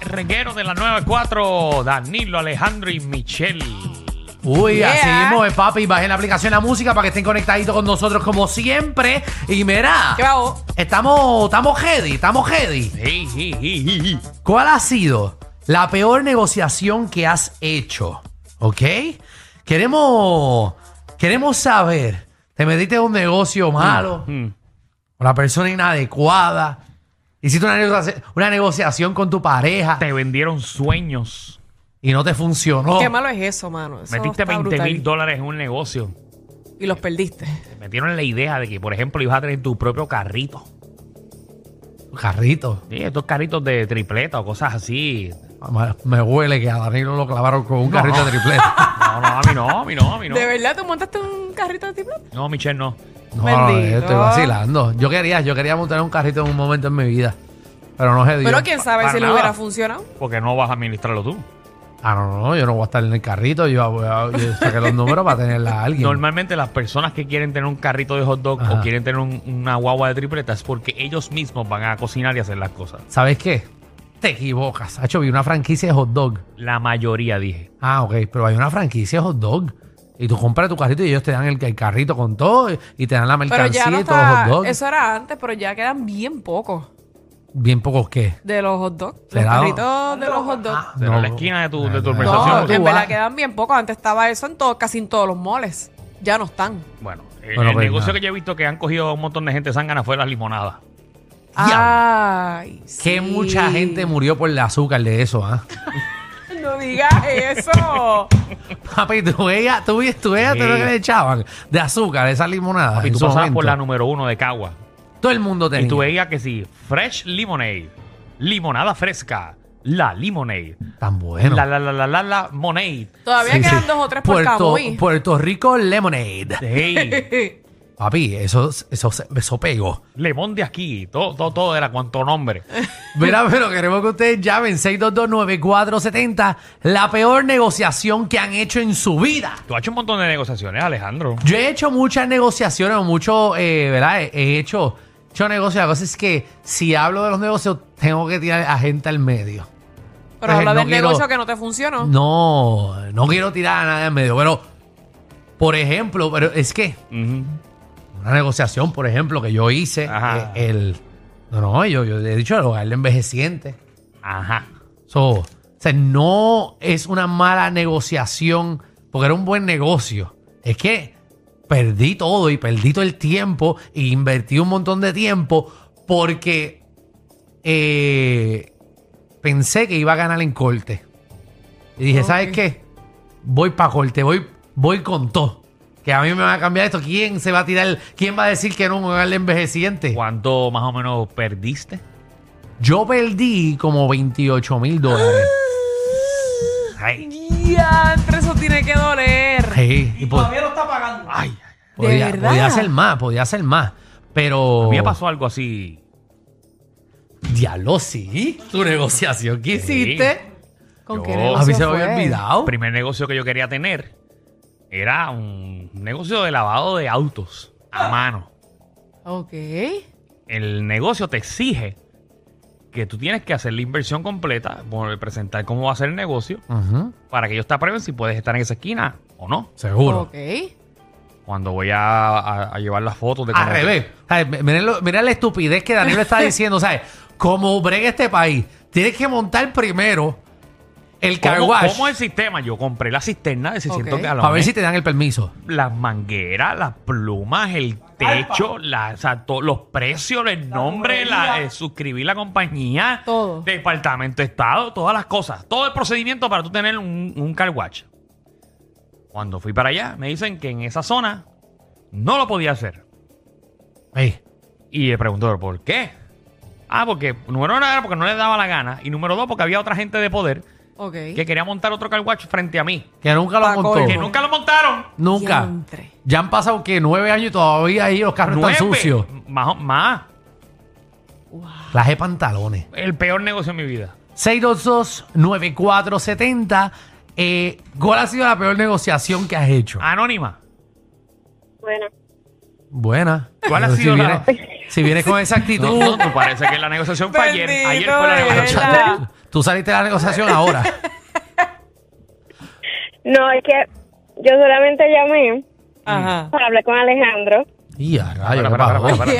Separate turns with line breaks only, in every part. El reguero de la 94, Danilo, Alejandro y Michelle.
Uy,
Yeah.
así mismo es, papi. Bajen la aplicación La Música para que estén conectaditos con nosotros como siempre. Y mira,
¿Qué hago?
estamos, estamos heady, estamos heady.
Sí, sí, sí, sí, sí.
¿Cuál ha sido la peor negociación que has hecho? ¿Ok? Queremos, queremos saber. Te metiste en un negocio malo, con la persona inadecuada. Hiciste una, negocia- una negociación con tu pareja
Te vendieron sueños.
y no te funcionó.
Qué malo es eso, mano. Eso
Metiste
está
20
brutal.
mil dólares en un negocio.
Y los perdiste.
Te metieron la idea de que, por ejemplo, ibas a tener tu propio carrito.
Carrito.
Sí, estos carritos de tripleta o cosas así.
Me huele que a Danilo lo clavaron con un carrito de tripleta.
No, no, a mí no, a mí no, a mí no.
¿De verdad tú montaste un carrito de tipo?
No, Michelle, no.
No, no,
Bendito.
yo estoy vacilando. Yo quería, yo quería montar un carrito en un momento en mi vida. Pero no se dio.
Pero quién sabe
para
si le
nada.
hubiera funcionado.
Porque no vas a administrarlo tú.
Ah, no, no, no, yo no voy a estar en el carrito. Yo, yo- yo saqué los números para tenerla a alguien.
Normalmente las personas que quieren tener un carrito de hot dog
Ajá.
o quieren tener un- una guagua de tripleta es porque ellos mismos van a cocinar y hacer las cosas.
¿Sabes qué? Te equivocas. Hacho, vi una franquicia de hot dog.
La mayoría, dije.
Ah, ok, pero hay una franquicia de hot dog. Y tú compras tu carrito y ellos te dan el, el carrito con todo y te dan la
Pero
mercancía
ya no
y todos los
está.
hot dogs.
Eso era antes, pero ya quedan bien pocos
Bien pocos qué.
de los hot dogs. Los
¿Será?
carritos de los hot dogs.
Ah,
Pero en la esquina de tu- de tu
no,
organización.
tú
en
vas.
verdad quedan bien pocos. Antes estaba eso en todo, casi en todos los moles. Ya no están.
Bueno, el,
Bueno,
el
pues,
negocio
nada.
que yo he visto que han cogido a un montón de gente sangana fue las limonadas.
Ay, sí.
Que mucha gente murió por el azúcar de eso, ¿ah?
No digas eso.
Papi, tú veías, tú veías, tú veías
Sí.
todo lo que le echaban de azúcar, esa limonada.
Papi,
en
tú
su
pasabas por
momento.
la número uno de Cagua
Todo el mundo tenía.
y tú veías que sí, Fresh Lemonade, limonada fresca, la Limonade,
Tan bueno.
la la la la la la Monade.
Todavía
Sí,
quedan
sí.
dos o tres por
Puerto,
Camuy.
Puerto Rico Lemonade.
Hey,
Papi, eso, eso, eso pegó.
Lemon de aquí, todo, todo, todo era cuanto nombre.
Mira, pero queremos que ustedes llamen 6229470 la peor negociación que han hecho en su vida.
Tú has hecho un montón de negociaciones, Alejandro.
Yo he hecho muchas negociaciones, o mucho, eh, ¿verdad? He, he hecho, hecho negocios. La cosa es que si hablo de los negocios, tengo que tirar a gente al medio.
Pero
Pues
habla
no
del
quiero-
negocio que no te funcionó.
No, no quiero tirar a nadie en medio, pero por ejemplo, pero es que
Ujú.
una negociación, por ejemplo, que yo hice,
Ajá.
eh, el no, no, yo, yo he dicho el hogar de envejeciente.
Ajá.
So, o sea, no es una mala negociación, porque era un buen negocio. Es que perdí todo y perdí todo el tiempo y invertí un montón de tiempo porque eh, pensé que iba a ganar en corte. Y dije, ¿sabes
Ok.
qué? Voy para corte, voy, voy con todo. Que a mí me va a cambiar esto. ¿Quién se va a tirar? ¿Quién va a decir que no un hogar de envejeciente?
¿Cuánto más o menos perdiste?
Yo perdí como 28 mil dólares.
Ay,
Ya, entre eso tiene que doler.
Sí, y po-
ay.
podía,
verdad?
podía hacer más, podía hacer más. Pero.
A mí me pasó algo así.
Diablo, sí. Tu negociación que
Sí.
hiciste.
¿Con
Yo-
qué
A mí
negocio
se me
fue?
había olvidado.
El primer negocio que yo quería tener era un negocio de lavado de autos
Ah.
a mano.
Ok.
El negocio te exige que tú tienes que hacer la inversión completa, por presentar cómo va a ser el negocio,
Ujú,
para que ellos te aprueben si puedes estar en esa esquina o no.
Seguro.
Ok.
Cuando voy a, a- a llevar las fotos de
Al
cómo-
revés. ¿Sabes? M- Miren, lo- miren la estupidez que Danilo está diciendo. ¿Sabes? Como brega este país, tienes que montar primero el car
¿Cómo,
wash
cómo es el sistema? Yo compré la cisterna de 600
Ok.
galones.
para ver si te dan el permiso.
las mangueras, las plumas, el techo, la- o sea, to- los precios, el nombre, la, eh, suscribir la compañía,
Todo.
departamento de estado, todas las cosas, todo el procedimiento para tú tener un, un car wash. Cuando fui para allá, me dicen que en esa zona no lo podía hacer.
Ey,
Y le preguntó, ¿por qué? Ah, porque número uno era porque no le daba la gana. Y número dos, porque había otra gente de poder
Ok.
que quería montar otro car wash frente a mí.
Que nunca lo
Paco,
montó.
Que nunca lo montaron.
Ah, Nunca.
Diantre.
Ya han pasado que nueve años y todavía ahí los carros están
Nueve.
sucios.
Más, más.
Laje pantalones.
El peor negocio de mi vida.
622-9470. Eh, ¿Cuál ha sido la peor negociación que has hecho?
Ah. Anónima.
Bueno,
Buena.
¿Cuál ha
Pero
sido
si
la-
vienes- si vienes con esa
No,
actitud,
no, tú parece que la negociación fue ayer. Ayer fue la
Bendito
negociación.
él. la-
tú saliste de la negociación ahora.
no, es que yo solamente llamé
Ajá.
para hablar con Alejandro.
Y a rayos,
Para,
¿qué
para, para,
pasó?
para,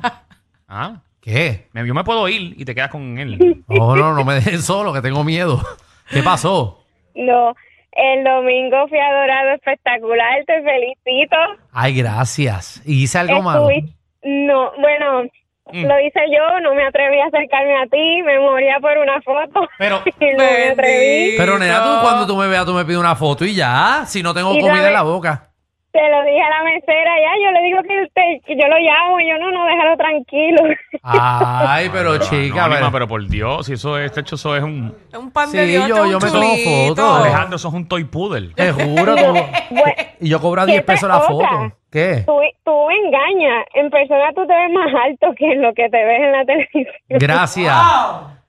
para. Ah,
¿Qué?
me- yo me puedo ir y te quedas con él.
No, no, no me dejen solo, que tengo miedo. ¿Qué pasó?
No, el domingo fui a Dorado espectacular, te felicito.
Ay, gracias. ¿Y hice algo malo?
Estuvi- No, bueno,
Mm.
lo hice yo, no me atreví a acercarme a ti, me moría por una foto.
Pero-
Y no me atreví.
Pero, nena, tú cuando tú me veas, tú me pides una foto y ya. Si no tengo
Y
comida
dame-
en la boca.
Te lo dije a la mesera, ya, yo le digo que usted, que yo lo llamo, y yo no, no, déjalo tranquilo.
Ay, pero chica,
Ah, Anónima,
pero-
pero por Dios, si eso es, este hecho, eso es un.
Un pan
Sí,
de Dios.
yo-
este es
yo
un
me tomo
chulito.
fotos,
Alejandro, eso es un toy poodle.
te juro. como-
Bueno,
Y yo cobro 10
Siempre
pesos la
otra.
foto. ¿Qué?
tú, tú me engañas, en persona tú te ves más alto que en lo que te ves en la televisión.
Gracias.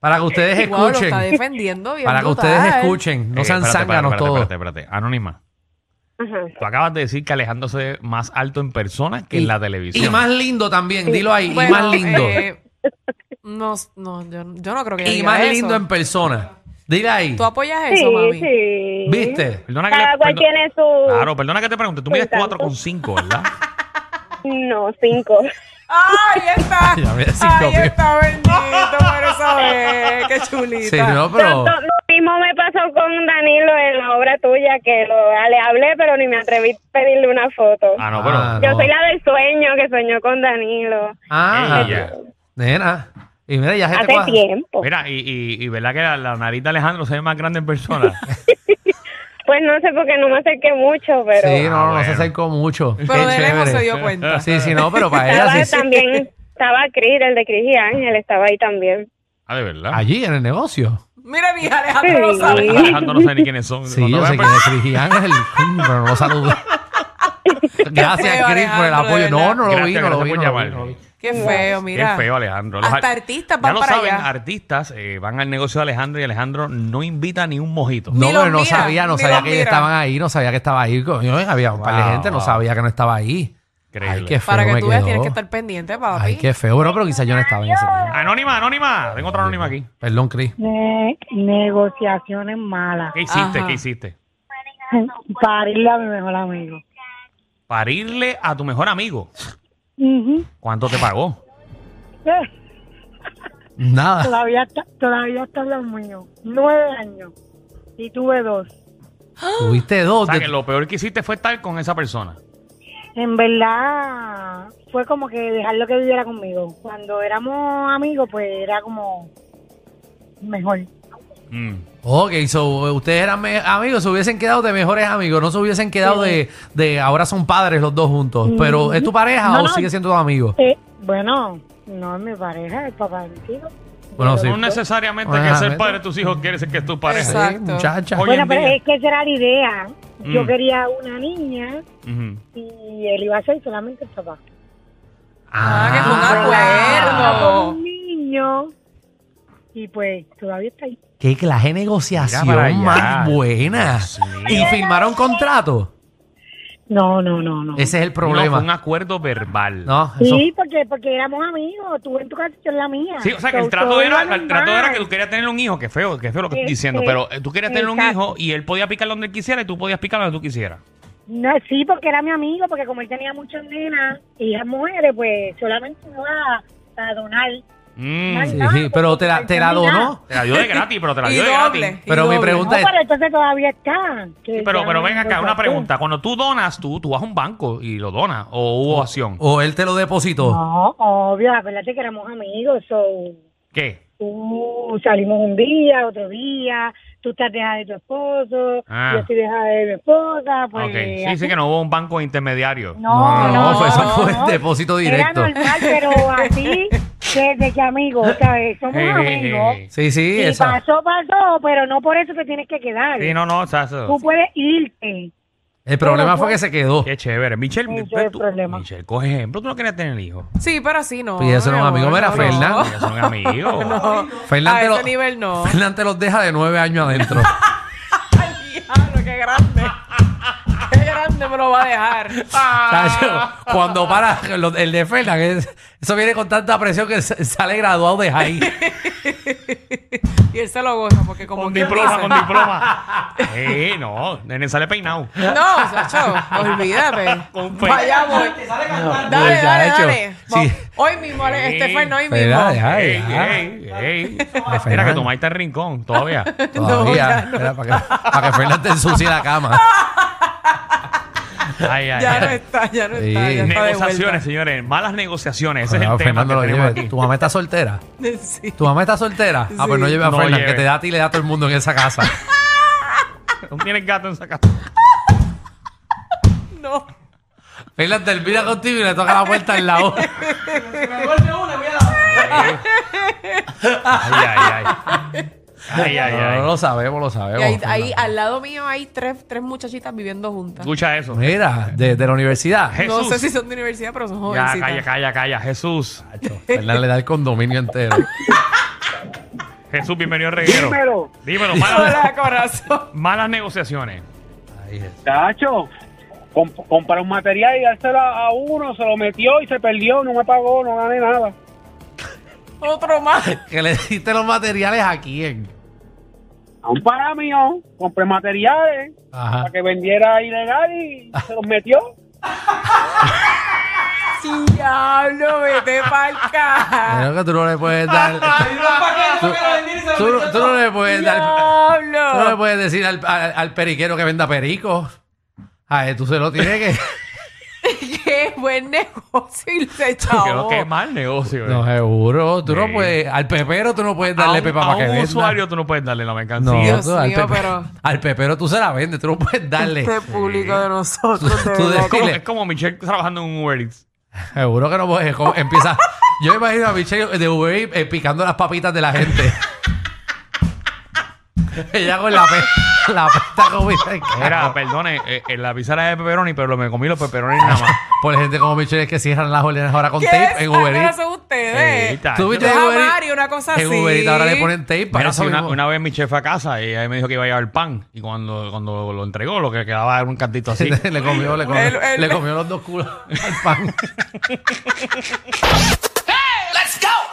Para que ustedes
Wow, lo
escuchen.
está defendiendo bien
Para que
brutal.
ustedes escuchen. No
Eh,
sean
espérate, espérate,
zánganos
espérate,
todos.
Espérate, espérate. Anónima.
Ajá.
Tú acabas de decir que Alejandro se ve más alto en persona que
Y-
en la
Y
televisión.
más lindo también, dilo ahí. y
Bueno,
más lindo.
eh, no, no, yo, yo no creo que
y
diga
más
eso.
lindo en persona. Dile ahí.
¿Tú apoyas
Sí,
eso, mami?
sí.
¿Viste?
Perdona que
Cada
le-
cual
perdo-
tiene su...
Claro, perdona que te pregunte. Tú mides
Exacto.
4,5, ¿verdad?
No, cinco.
¡Ay, ahí está!
Ya me decís
¡Ahí
propio.
está, bendito! Por eso es. ¡Qué chulita!
Sí, no, pero.
Tanto- lo mismo me pasó con Danilo en la obra tuya, que lo, ah, le hablé, pero ni me atreví a pedirle una foto.
Ah, no, pero.
Ah,
Yo
no.
soy la del sueño que soñó con Danilo.
Ah,
Ella.
nena. Y mira, ya se te
Hace
cuadra.
Oh.
tiempo.
Mira, y, y, y verdad que la, la nariz de Alejandro se ve más grande en persona.
Pues no sé porque no me acerqué mucho, pero...
Sí, no, no
bueno.
se acercó mucho. Qué
Pero de lejos se
chévere.
dio cuenta.
Sí, sí, no, pero para
Estaba
ella sí.
también... Estaba Cris, el de Cris y Ángel, estaba ahí también.
Ah, de verdad.
Allí, en el negocio.
Mira, mi hija, Alejandro lo
Sí.
sabe.
Ale- Alejandro no sé ni quiénes son.
Sí,
Cuando
yo
vean
sé que
per-
es Cris y Ángel, coño, pero no lo saludé. Gracias,
feo,
Cris, por el
Alejandro,
apoyo.
de
No, no lo
Gracias,
vi, no lo
gracias por
vi. no lo vi,
llamar.
no lo vi.
Qué feo, mira.
Qué feo, Alejandro. Los
Hasta
ar-
artistas van
Ya lo
para
saben,
allá.
artistas eh, van al negocio de Alejandro y Alejandro no invita ni un mojito.
No,
Ni
pero
los
no
mira,
sabía, no
ni
sabía
los
que ellos
mira.
estaban ahí, no sabía que estaba ahí. coño, había un par de
Wow,
gente, no
wow.
sabía que no estaba ahí.
Increíble.
Ay, qué feo
Para
me
que tú veas,
quedó.
tienes que estar pendiente, papi.
Ay, qué feo. Bueno, pero quizás yo no estaba en ese tiempo.
Anónima, anónima. Tengo otra anónima aquí.
Perdón, Cris.
Ne- negociaciones malas
¿Qué hiciste?
Ajá.
¿Qué hiciste?
para irle a mi mejor amigo.
Parirle a tu mejor amigo.
Ujú.
¿Cuánto te pagó?
Oh,
Eh,
Nada.
todavía está, todavía están los míos. Nueve años. Y tuve dos.
Tuviste
O
dos.
sea,
de-
que lo peor que hiciste fue estar con esa persona.
En verdad, fue como que dejarlo que viviera conmigo. Cuando éramos amigos, pues era como mejor.
Mm.
Ok, so, ustedes eran me- amigos, se hubiesen quedado de mejores amigos, no se hubiesen quedado de, de ahora son padres los dos juntos. Pero, ¿es tu pareja
No,
o
no.
sigue siendo tu amigo?
Eh, bueno, no es mi pareja, el papá de mi hijo.
Bueno, sí.
No necesariamente que
Ajá,
ser
¿ves?
padre de tus hijos quiere decir que es tu pareja.
Exacto.
Sí, Eh, muchacha.
Oye, hoy
Bueno,
en
pero
día.
es que esa era la idea. Yo
Mm.
quería una niña
Ujú.
y él iba a ser solamente el papá.
Ah, que
Era
fue un
un
acuerdo.
niño y pues todavía está ahí.
qué clase de negociación
Mira para allá.
más buena.
Dios
Y
mío.
firmaron contrato.
No, no, no, no.
Ese es el
No, fue un
problema.
acuerdo verbal.
No, eso.
Sí, porque, porque éramos amigos. Tú en tu casa, yo en la mía.
Sí, o sea que el
So,
trato
todo
era,
iba
el trato era que tú
normal.
querías tener un hijo, que feo, que feo lo que estoy
Sí,
diciendo,
sí.
pero eh, tú querías tener un
Exacto.
hijo y él podía picar donde él quisiera y tú podías picar donde tú quisieras.
No, sí, porque era mi amigo, porque como él tenía muchas nenas y las mujeres, pues solamente iba a, a donar.
Mm.
Ay,
Sí,
no,
sí, pero te la, te la donó.
Te la dio de gratis, pero te la
Y
dio de
doble.
gratis.
Pero
y
mi
doble.
No,
pregunta es,
pero entonces todavía está. que
Sí, pero,
ya
pero
no
ven acá, una
negoció.
pregunta. Cuando tú donas, tú, tú vas a un banco y lo donas, o
Oh,
hubo acción.
¿o él te lo depositó?
No, obvio, acuérdate que éramos amigos, so...
¿Qué?
tú salimos un día, otro día, tú estás dejada de tu esposo,
Ah.
yo estoy dejada de mi esposa, pues...
Ok, sí,
así.
sí que no hubo un banco intermediario.
No, no,
fue, eso
no,
fue
no.
depósito
Era
directo.
normal, pero así, que, de que amigos, ¿sabes? Somos
Hey, hey,
amigos.
hey.
Sí, sí,
Y
esa.
pasó, pasó, pero no por eso te tienes que quedar.
Sí, no, no, o sea,
Tú
eso-
puedes irte.
El problema
Pero
fue que se quedó.
qué chévere. Michelle,
Ese es
pero
el
tú-
problema.
Michelle, coge ejemplo, tú no querías tener hijos.
Sí, pero así no.
Pues ya son
mi amor,
amigos, mira,
no,
Fernando.
Ya son amigos.
No, no.
Fernández
a ese
lo-
nivel no.
Fernan te los deja de nueve años adentro.
Ay, diablo, qué grande. Qué grande me lo va a dejar.
Ah. Tacho, cuando para lo- el de Fernan, es- eso viene con tanta presión que se- sale graduado de ahí.
Y él se lo goza porque como
Con
quien
diploma,
dice-
con diploma. Sí, no, nene sale peinado.
No, Sacho, olvídate.
Con fe-
Vaya, voy. Dale, dale,
Sacho,
dale.
sí.
Vamos, Hoy mismo,
Sí.
este fue hoy
Espera,
mismo.
deja,
Ey,
deja.
ey, ey. Mira
Fernan.
que Tomás está en rincón todavía.
Todavía.
ya no.
Era para que, para que Fernan te ensucie la cama.
Ay, ay,
Ya
ay.
no está, ya no
Sí.
está. Ya está de
Negociaciones, señores. Malas negociaciones. Ese
Pero
es el tema que
Fernando lo
tenemos
lleva.
aquí.
Tu mamá está soltera.
vuelta. Sí.
Tu mamá está soltera. Ah, pues no lleve a
No
Fernan, que
lleve.
te da a ti y le da a todo el mundo en esa casa.
No tienes gato en esa casa.
No.
Fernan termina contigo y le toca la puerta en la otra.
Ay, ay, ay. Ay, ay,
No, no,
ay.
lo sabemos, lo
Y
sabemos.
ahí,
Fernan.
ahí al lado mío hay tres, tres muchachitas viviendo juntas.
Escucha eso.
Mira, de, de la universidad.
Jesús.
No sé si son de universidad, pero son
Ya,
jovencitas.
calla, calla, calla. Jesús.
Fernan le da el condominio entero.
Jesús, bienvenido al reguero.
Dímelo.
Dímelo. Malas,
Hola, corazón.
malas negociaciones.
Ahí es.
Chacho, comp- comprar un material y dárselo a a uno, se lo metió y se perdió, no me pagó, no gané nada.
Otro más.
que le diste los materiales a quién.
A un para mío, compré materiales
Ajá.
para que vendiera ilegal y se los metió.
Sí, diablo, vete pa'l ca.
Pero que tú no le puedes dar. tú, tú no- tú no le puedes dar. Tú no le
Diablo.
puedes decir al, al- al periquero que venda perico. A él tú se lo tienes que.
Qué buen negocio y
Creo
se chavó.
que es mal negocio. eh.
No, seguro. Tú no
Sí.
puedes. Al pepero tú no puedes darle
a un,
pepa
a
para
un
que venda.
usuario tú no puedes darle la
No,
mercancía.
Dios
tú al,
mío,
pepe-
pero-
al pepero tú se la vendes. Tú no puedes darle.
Este público de nosotros. de
Tú
verdad.
Es, como,
dile.
es como Michelle trabajando en un Uber Eats.
Seguro que no puedes. como Empieza. Yo imagino a Michelle de Uber Eats, eh, picando las papitas de la gente. Ella con la, pe la pesta comida. en cara.
Era, perdone, eh, eh, la pizza era de pepperoni, pero lo- me comí los pepperoni nada más.
Por gente como Michelle es que cierran las órdenes ahora con
¿Qué
tape en Uber
sacadas
Eats.
son ustedes?
Eita.
Eh, ¿Tú viste
Deja
en Uber Eats?
Mario, una cosa
En Uber Eats
así.
ahora le ponen tape.
Mira,
para eso
sí, una,
mismo.
una vez mi chef fue a casa y ahí me dijo que iba a llevar pan. Y cuando, cuando lo entregó, lo que quedaba era un cantito así.
le comió, le comió,
El- el-
le comió los dos culos al pan.